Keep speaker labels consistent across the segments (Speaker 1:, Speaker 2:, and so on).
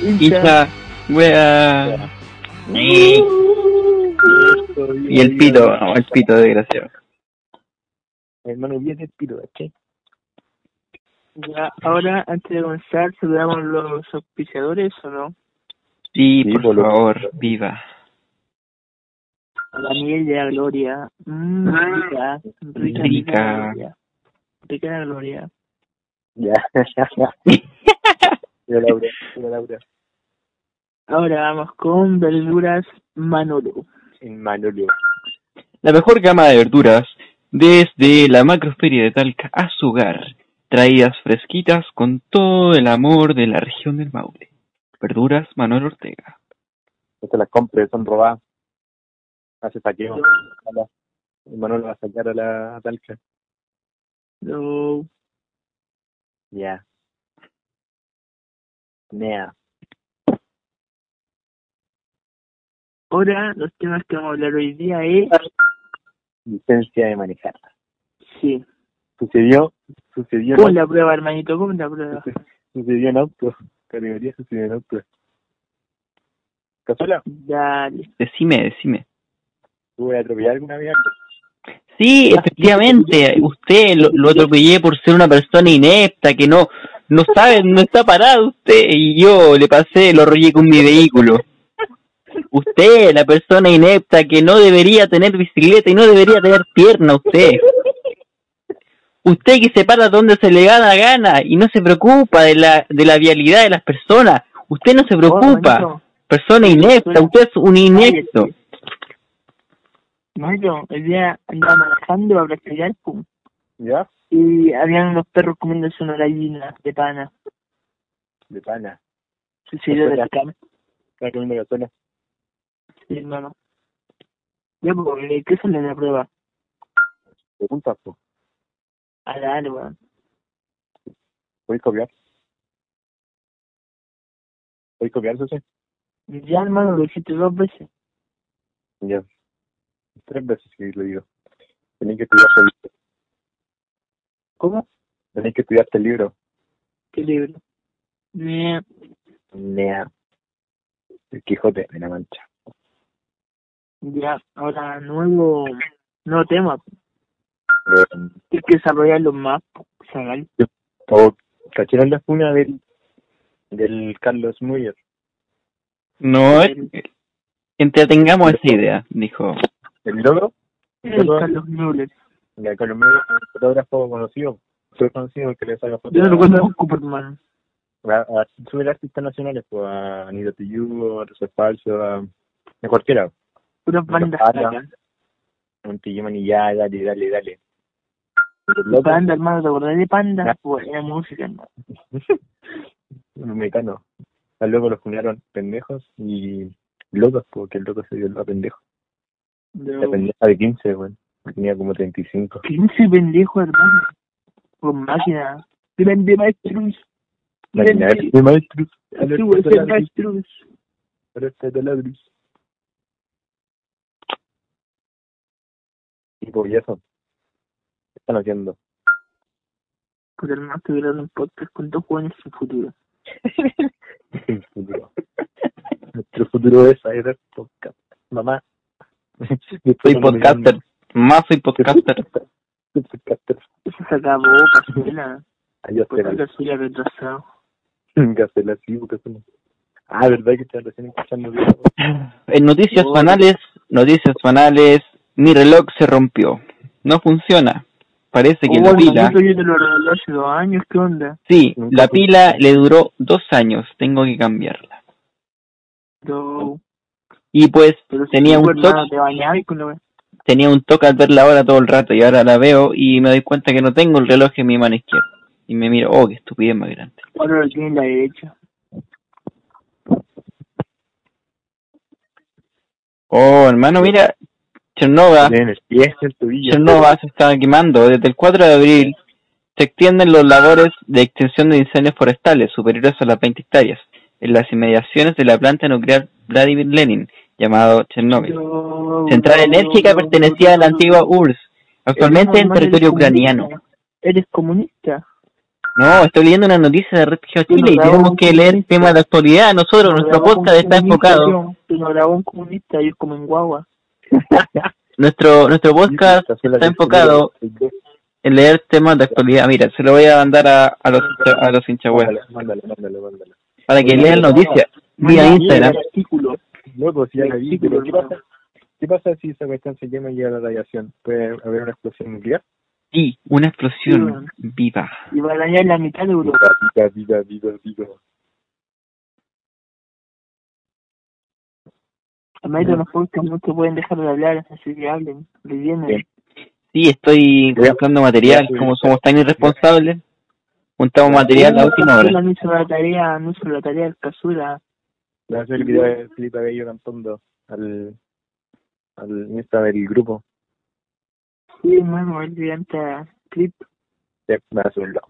Speaker 1: Hincha, wea. Y el pito, no, el pito desgraciado.
Speaker 2: Hermano, bien el pito, ¿cachai? Ya, ahora, antes de comenzar, saludamos los auspiciadores, ¿o no?
Speaker 1: Sí,
Speaker 3: Sí,
Speaker 1: por
Speaker 3: por lo-
Speaker 1: favor, viva.
Speaker 2: A la miel de la gloria. Mm, rica, rica, la
Speaker 1: Ah, Rica.
Speaker 2: gloria. Rica la gloria.
Speaker 3: Ya, ya, ya. Yo, Laura, yo, Laura.
Speaker 2: Ahora vamos con verduras Manolo.
Speaker 3: El Manolo.
Speaker 1: La mejor gama de verduras desde la macroferia de Talca a su hogar, traídas fresquitas con todo el amor de la región del Maule. Verduras Manuel Ortega.
Speaker 3: No te las compres, son robadas. Hace saqueo. Ala. El Manolo va a sacar a la talca.
Speaker 2: Lo-
Speaker 3: Ya. Nea.
Speaker 2: Ahora, los temas que vamos a hablar hoy día es...
Speaker 3: Licencia de manejar.
Speaker 2: Sí.
Speaker 3: Sucedió,
Speaker 1: Ah.
Speaker 3: sucedió,
Speaker 2: Pon la prueba, hermanito, pon la prueba.
Speaker 3: sucedió en auto. Categoría sucedió en auto. Cazuela,
Speaker 2: Dale.
Speaker 1: Decime, decime.
Speaker 3: ¿tú a atropellar alguna vez?
Speaker 1: Sí, efectivamente, usted lo, lo atropellé por ser una persona inepta que no no sabe, no está parado usted y yo le pasé, lo arrollé con mi vehículo. Usted, la persona inepta que no debería tener bicicleta y no debería tener pierna usted. Usted que se para donde se le da la gana y no se preocupa de la de la vialidad de las personas. Usted no se preocupa,
Speaker 2: Oh,
Speaker 1: persona inepta, usted es un inepto.
Speaker 2: hermanito, hermanito, el día andaba manejando a practicar, pum.
Speaker 3: ¿Ya?
Speaker 2: Y habían unos perros comiéndose una gallina de pana.
Speaker 3: De pana.
Speaker 2: Se salió de la cama,
Speaker 3: Estaba comiendo cazuela.
Speaker 2: sí, hermano. Ya, pues, eh, ¿qué sale en la prueba?
Speaker 3: Preguntas, po.
Speaker 2: A la alba.
Speaker 3: ¿Puedes copiar? ¿Puedes copiar, socio?
Speaker 2: Ya, hermano, lo hiciste dos veces.
Speaker 3: Ya. Tres veces que lo digo. Tenéis que estudiarte el libro.
Speaker 2: ¿Cómo?
Speaker 3: Tenéis que estudiarte el libro.
Speaker 2: ¿Qué libro? Eh,
Speaker 3: Nea. El Quijote de la Mancha.
Speaker 2: ya, ahora, nuevo, nuevo tema.
Speaker 3: Eh,
Speaker 2: Hay que desarrollarlo más, po, sacar.
Speaker 3: ¿O cacharon la funa del, del Carlos Muyer?
Speaker 1: No, eh, entretengamos esa idea, dijo.
Speaker 3: ¿El logro?
Speaker 2: El Carlos Müller.
Speaker 3: Ya, Carlos Muller es un fotógrafo conocido. Soy conocido el que le saca fotos.
Speaker 2: Yo no
Speaker 3: a-
Speaker 2: recuerdo a Cooper, hermano.
Speaker 3: a, a sube artistas nacionales, pues, a Anita Tiyu, a Rosa Falso, a, a cualquiera.
Speaker 2: Puras bandas
Speaker 3: Zapata.
Speaker 2: cacas.
Speaker 3: Un Tiyu Manillá, dale, dale, dale.
Speaker 2: Y Panda, hermano, ¿te acordás de Panda? Pues era música, hermano.
Speaker 3: Un mecano. Al loco los funaron pendejos y locos, porque el loco se dio a pendejo. La
Speaker 2: De
Speaker 3: pendeja de 15, weón. Tenía como 35.
Speaker 2: 15 pendejos, hermano. Con máquina. Grande maestros.
Speaker 3: Imagina,
Speaker 2: Grande.
Speaker 3: de maestros.
Speaker 2: Así voy a ser maestros.
Speaker 3: Alerta de ladrillos. Y por eso. ¿Qué están haciendo?
Speaker 2: Pero hermano, estoy grabando un podcast con dos jóvenes sin futuro.
Speaker 3: El futuro. Nuestro futuro es hacer podcast. Mamá.
Speaker 1: Soy podcaster. Más soy podcaster.
Speaker 3: Soy podcaster.
Speaker 2: Eso se acabó, Cazuela.
Speaker 3: Adiós,
Speaker 2: Por
Speaker 3: Cazuela.
Speaker 2: eso Cazuela retrasado.
Speaker 3: Cazuela, sí, Cazuela. Ah, ¿verdad que estás recién escuchando? video?
Speaker 1: En noticias banales, noticias banales, mi reloj se rompió. No funciona. Parece que la
Speaker 2: Oh,
Speaker 1: pila.
Speaker 2: hermanito, Yo te lo regalé hace dos años, ¿qué onda?
Speaker 1: Sí,
Speaker 3: Nunca
Speaker 1: la
Speaker 3: fui.
Speaker 1: pila le duró dos años. Tengo que cambiarla.
Speaker 2: Pero,
Speaker 1: Y pues
Speaker 2: pero
Speaker 1: Tenía
Speaker 2: si
Speaker 1: un
Speaker 2: tú, hermano,
Speaker 1: toque.
Speaker 2: Te bañabas y con la wea.
Speaker 1: tenía un toque al ver la hora todo el rato y ahora la veo y me doy cuenta que no tengo el reloj en mi mano izquierda. Y me miro, oh, qué estupidez más grande.
Speaker 2: Ahora lo tiene en la derecha.
Speaker 1: Oh, hermano, mira, Chernova,
Speaker 3: Tiene en el pie, en el tobillo.
Speaker 1: Chernova se está quemando. Desde el 4 de abril se extienden los labores de extensión de incendios forestales superiores a las 20 hectáreas en las inmediaciones de la planta nuclear Vladimir Lenin, llamado Chernóbil. Central Enérgica pertenecía a la antigua URSS, actualmente en
Speaker 2: Hermano, eres
Speaker 1: territorio
Speaker 2: comunista.
Speaker 1: ucraniano.
Speaker 2: Eres comunista.
Speaker 1: No, estoy leyendo una noticia de Red Geo
Speaker 2: Tú no
Speaker 1: Chile y
Speaker 2: grabas
Speaker 1: tenemos
Speaker 2: un
Speaker 1: que leer
Speaker 2: comunista.
Speaker 1: temas de actualidad. Nosotros,
Speaker 2: Nos
Speaker 1: nuestro
Speaker 2: grabó
Speaker 1: podcast
Speaker 2: un
Speaker 1: está
Speaker 2: comunista,
Speaker 1: enfocado,
Speaker 2: tío. Tú no grabó un comunista, yo como en guagua.
Speaker 1: nuestro nuestro podcast
Speaker 3: Así la
Speaker 1: está
Speaker 3: que-
Speaker 1: enfocado en leer temas de actualidad. Mira, se lo voy a mandar a, a los a los hinchas web
Speaker 3: Mándalo, mándalo, mándalo, mándalo.
Speaker 1: para que lean noticias vía
Speaker 2: Mira,
Speaker 1: Instagram.
Speaker 2: mira el artículo.
Speaker 3: Loco, si ya la vi, pero
Speaker 2: Ridículo,
Speaker 3: ¿qué
Speaker 2: hermano.
Speaker 3: pasa? ¿Qué pasa si esa cuestión se quema y llega la radiación? ¿Puede haber una explosión nuclear?
Speaker 1: Sí, una explosión viva.
Speaker 2: Y va a dañar la mitad de Europa.
Speaker 3: Vida, vida, vida, vida.
Speaker 2: A menos los podcasts no te pueden dejar de hablar, así que hablen, revienen.
Speaker 1: Sí, estoy
Speaker 3: Voy a-
Speaker 1: buscando material,
Speaker 3: voy a-
Speaker 1: como somos tan irresponsables, juntamos material a la última hora.
Speaker 2: No hizo la tarea, no hizo la tarea del Casura.
Speaker 3: Le hace el video de Felipe Bello cantando al, al Insta del grupo.
Speaker 2: Sí, hermano, él levanta clip.
Speaker 3: Sí, me hace un lado.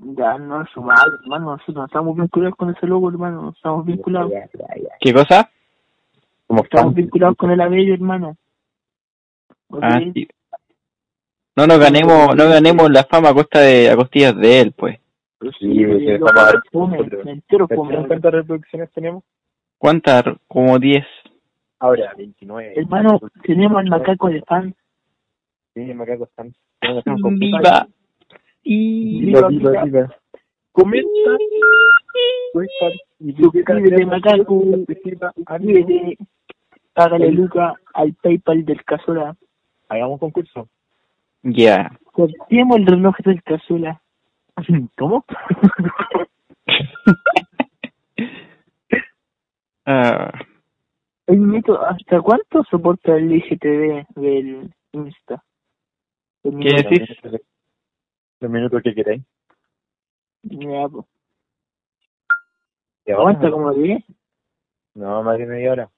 Speaker 2: Ya, no su madre, hermano, nosotros no estamos vinculados con ese logo, hermano, no estamos vinculados.
Speaker 3: Ya, ya, ya.
Speaker 1: ¿Qué cosa?
Speaker 3: Como
Speaker 2: Estamos
Speaker 3: fan.
Speaker 2: vinculados con el abello, hermano. ¿Ok?
Speaker 1: Ah, sí. No nos ganemos, no ganemos la fama a costa de a costillas de él, pues.
Speaker 2: Pero
Speaker 3: Sí, porque
Speaker 2: loco,
Speaker 3: estamos a ver,
Speaker 2: fome,
Speaker 3: nosotros.
Speaker 2: me entero fome.
Speaker 3: ¿Cachai ¿Cuántas reproducciones tenemos?
Speaker 1: ¿Cuántas? Como 10.
Speaker 3: Ahora, 29.
Speaker 2: Hermano, tenemos al macaco de fan.
Speaker 3: Sí, macaco están.
Speaker 1: Viva. Y...
Speaker 3: Viva, viva, viva. Comenta, cuesta y
Speaker 2: Suscríbete, macaco.
Speaker 3: participa, amigo.
Speaker 2: Suscríbete, págale Luca al PayPal del Casola.
Speaker 3: Hagamos un concurso.
Speaker 1: Ya.
Speaker 2: Cortemos el reloj del Casola.
Speaker 3: ¿Cómo?
Speaker 1: Ah,
Speaker 2: Oye, Mito, ¿hasta cuánto soporta el IGTV del Insta? Del
Speaker 1: ¿Qué
Speaker 2: Mito.
Speaker 1: decís?
Speaker 3: Los minutos que queráis.
Speaker 2: Ya, po.
Speaker 3: Ya,
Speaker 2: ¿Aguanta
Speaker 3: vamos.
Speaker 2: como 10?
Speaker 3: No, más de media hora.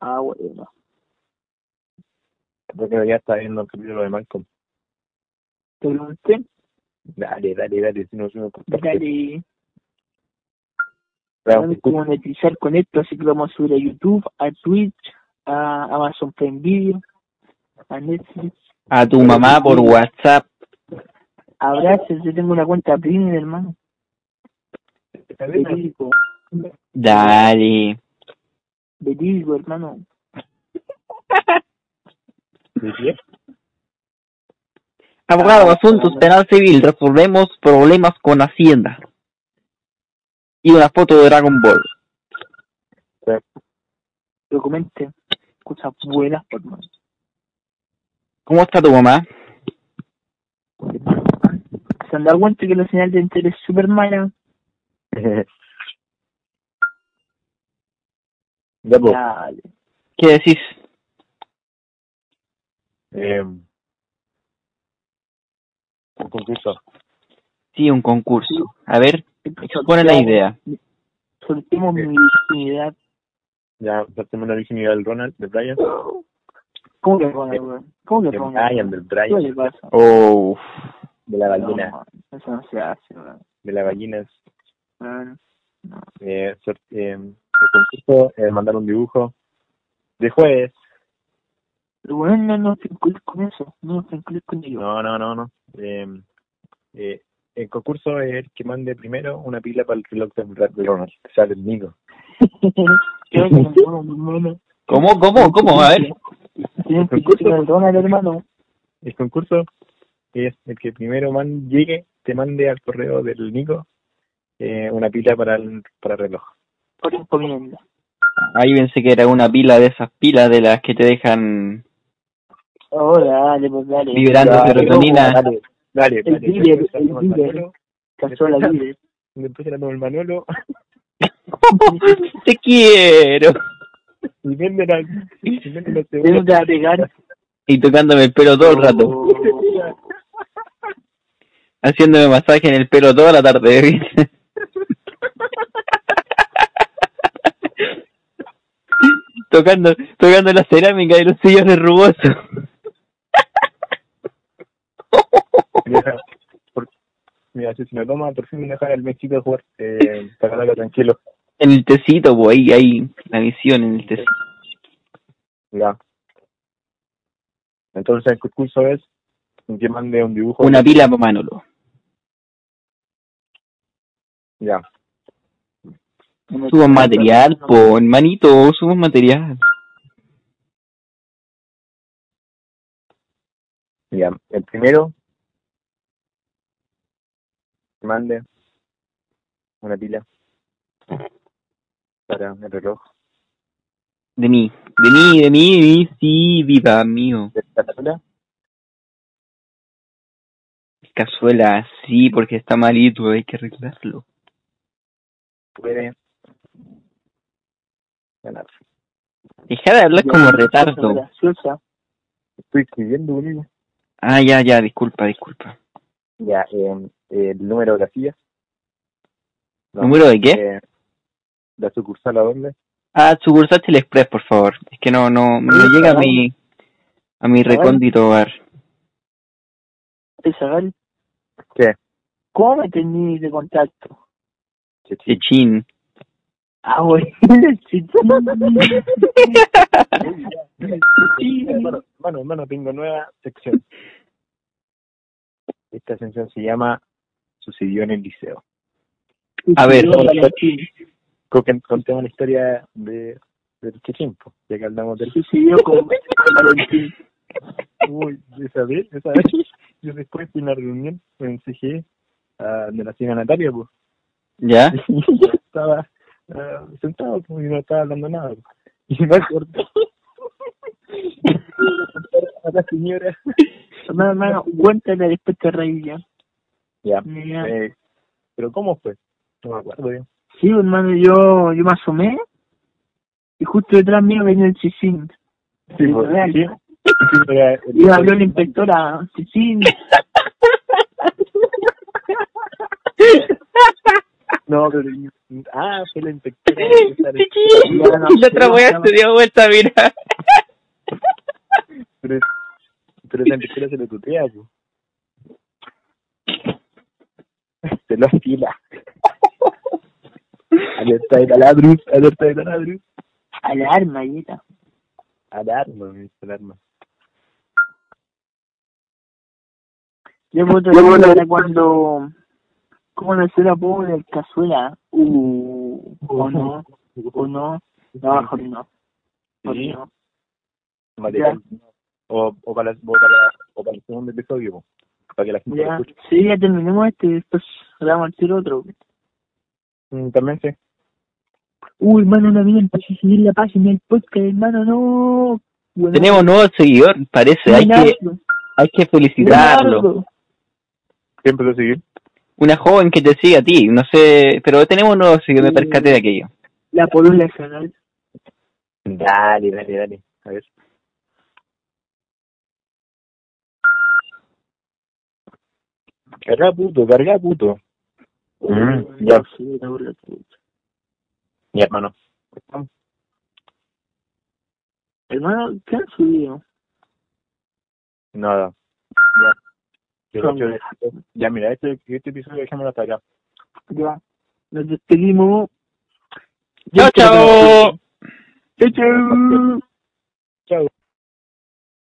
Speaker 2: Ah, bueno.
Speaker 3: Porque ya está viendo el capítulo de Malcolm.
Speaker 2: Te pregunté.
Speaker 3: Dale, dale, dale. Si no, si no, comparte.
Speaker 2: Dale,
Speaker 3: Hagamos
Speaker 2: vamos
Speaker 3: un
Speaker 2: a
Speaker 3: concurso.
Speaker 2: monetizar con esto, así que lo vamos a subir a YouTube, a Twitch, a Amazon Prime Video, a Netflix.
Speaker 1: a tu mamá por WhatsApp.
Speaker 2: Abrazos, yo tengo una cuenta premium, hermano. Verídico,
Speaker 1: Dale.
Speaker 2: verídico, hermano.
Speaker 3: ¿Sí?
Speaker 1: Abogado, asuntos penal civil. Resolvemos problemas con Hacienda. Y una foto de Dragon Ball.
Speaker 2: Documente. Cosas buenas, hermano.
Speaker 1: ¿Cómo está tu mamá?
Speaker 2: Se han dado cuenta que la señal de interés es súper mala.
Speaker 3: Ya, pues, po.
Speaker 2: Dale.
Speaker 1: ¿Qué decís?
Speaker 3: Eh, un concurso.
Speaker 1: Sí, un concurso. A ver, pone la idea.
Speaker 2: Soltemos mi virginidad.
Speaker 3: Ya pasemos la virginidad del Ronald, del Brian.
Speaker 2: ¿Cómo que ponga, weón? ¿Cómo que
Speaker 3: Del
Speaker 2: ponga?
Speaker 3: Brian, del
Speaker 2: ¿Qué
Speaker 3: Brian.
Speaker 2: le pasa?
Speaker 1: Oh,
Speaker 3: De la
Speaker 2: No,
Speaker 3: ballena.
Speaker 2: man, eso no se hace, weón.
Speaker 3: De la ballena.
Speaker 2: Weón,
Speaker 3: Eh, sort- eh, el concurso, eh, mandar un dibujo. De jueves.
Speaker 2: weón, no nos vincules con eso. No nos vincules con ello.
Speaker 3: No, no, no, no. Eh, eh, el concurso es el que mande primero una pila para el reloj del Ra- del Ronald. Que sale el Nico.
Speaker 2: Creo que nos vamos, hermano.
Speaker 1: ¿cómo, cómo, cómo? A ver.
Speaker 2: Tienen que irse con el Ronald, hermano.
Speaker 3: El concurso es el que primero man llegue, te mande al correo del Nico eh, una pila para el para el reloj.
Speaker 2: Por encomienda.
Speaker 1: Ahí pensé que era una pila de esas pilas de las que te dejan
Speaker 2: Oh, dale, pues dale.
Speaker 1: Liberando
Speaker 2: Dale,
Speaker 1: serotonina.
Speaker 2: loco,
Speaker 3: Dale, dale,
Speaker 2: El
Speaker 3: dale.
Speaker 2: dealer,
Speaker 3: Después
Speaker 2: el
Speaker 3: se la
Speaker 2: dealer. Casola
Speaker 3: toma el Manolo,
Speaker 2: libre.
Speaker 3: después se la toma el Manolo.
Speaker 1: Te quiero.
Speaker 3: Y vende la, y vende la
Speaker 2: Tengo que
Speaker 3: cebolla.
Speaker 2: agregar
Speaker 1: Y tocándome el pelo todo el rato. Haciéndome masaje en el pelo toda la tarde. tocando, tocando la cerámica y los sillones rugosos.
Speaker 3: Mira, por- Mira, si me toma, por fin me deja el México jugar. Eh, Tacataca, tranquilo.
Speaker 1: En el tecito, pues ahí hay la visión en el tecito.
Speaker 3: Ya. Entonces el concurso es que mande un dibujo.
Speaker 1: Una pila para Manolo.
Speaker 3: Ya.
Speaker 1: Suban material, po, hermanito, suban material.
Speaker 3: Ya, el primero que mande una pila para el reloj
Speaker 1: De mí, de mí, de mí, de mí, sí, vida mío.
Speaker 3: de Cazuela.
Speaker 1: Cazuela, sí, porque está malito, hay que arreglarlo.
Speaker 3: Puede ganar.
Speaker 1: Deja de hablar como retardo.
Speaker 2: Graciosa.
Speaker 3: Estoy escribiendo, boludo.
Speaker 1: Ah, ya, ya, disculpa, disculpa.
Speaker 3: Ya, eh, el número de la silla. No,
Speaker 1: ¿Número de qué?
Speaker 3: eh, la sucursal a dónde.
Speaker 1: Ah, sucursal Chile Express, por favor. Es que no, no, no llega a mi, a mi recóndito hogar.
Speaker 2: Isagal,
Speaker 3: ¿Qué?
Speaker 2: ¿cómo me tení de contacto?
Speaker 3: Chechín.
Speaker 1: Chechín.
Speaker 2: Ah, bueno, sí.
Speaker 3: Sí, hermano, hermano, hermano, tengo nueva sección. Esta sección se llama Sucedió en el liceo.
Speaker 1: A ver.
Speaker 3: Con- Contemos la historia de, del Chechimpo, ya que hablamos del
Speaker 2: Sucedió con con Valentín.
Speaker 3: Uy, esa vez, esa vez, yo después fui a una reunión en CGE ah, de la señora Natalia, pues.
Speaker 1: ¿Ya?
Speaker 3: Y yo estaba ah, sentado pues, y no estaba hablando nada. pues. Y me acordé. a la señora.
Speaker 2: Hermano, hermano, cuéntale después te reí ya.
Speaker 3: Ya.
Speaker 2: Ya.
Speaker 3: eh, Pero ¿cómo fue? No me acuerdo bien.
Speaker 2: Sí, hermano, yo, yo me asomé y justo detrás mío venía el chichín.
Speaker 3: Sí,
Speaker 2: Sí,
Speaker 3: pues,
Speaker 2: real.
Speaker 3: sí, sí, era el-
Speaker 2: Y habló la inspectora, chichín.
Speaker 3: No, pero... Ah, fue la inspectora.
Speaker 1: Chichín. Y la otra wea se dio vuelta, mira.
Speaker 3: Pero, pero la inspectora se lo tutea, pues. Se lo afila. Alerta de taladrus, alerta de taladrus.
Speaker 2: Alarma, y era.
Speaker 3: Alarma, me dice alarma.
Speaker 2: Yo me acuerdo que era cuando. ¿Cómo no será pobre el cazuela? Uh, o no, o no. No, mejor no. mejor
Speaker 3: Sí,
Speaker 2: no.
Speaker 3: material. O, o, para, o, para, o para el segundo episodio, po, para que la gente lo
Speaker 2: Ya,
Speaker 3: escuche.
Speaker 2: sí, ya terminemos este y después grabamos el tiro otro.
Speaker 3: Mm, También sí.
Speaker 2: Uy, Uh, hermano, no me empecé a seguir la página del podcast, hermano, no. Bueno,
Speaker 1: Tenemos nuevo seguidor, parece. Hay que,
Speaker 2: Leonardo,
Speaker 1: hay que felicitarlo.
Speaker 2: Leonardo.
Speaker 3: Siempre lo seguí.
Speaker 1: Una joven que te sigue a ti, no sé, pero tenemos nuevo seguidor, me percaté de aquello.
Speaker 2: La polula de Zagal.
Speaker 3: Dale, dale, dale. A ver. Carga puto, carga puto. Mm, ya.
Speaker 2: Sí, la polula de Zagal.
Speaker 3: Mi hermano.
Speaker 2: Hermano, ¿qué han subido?
Speaker 3: Nada. Ya. Yo creo que- ya, mira, este, este episodio dejémoslo hasta acá.
Speaker 2: Ya. Nos despedimos.
Speaker 1: Chao, chao.
Speaker 2: Chao, chao.
Speaker 3: Chao.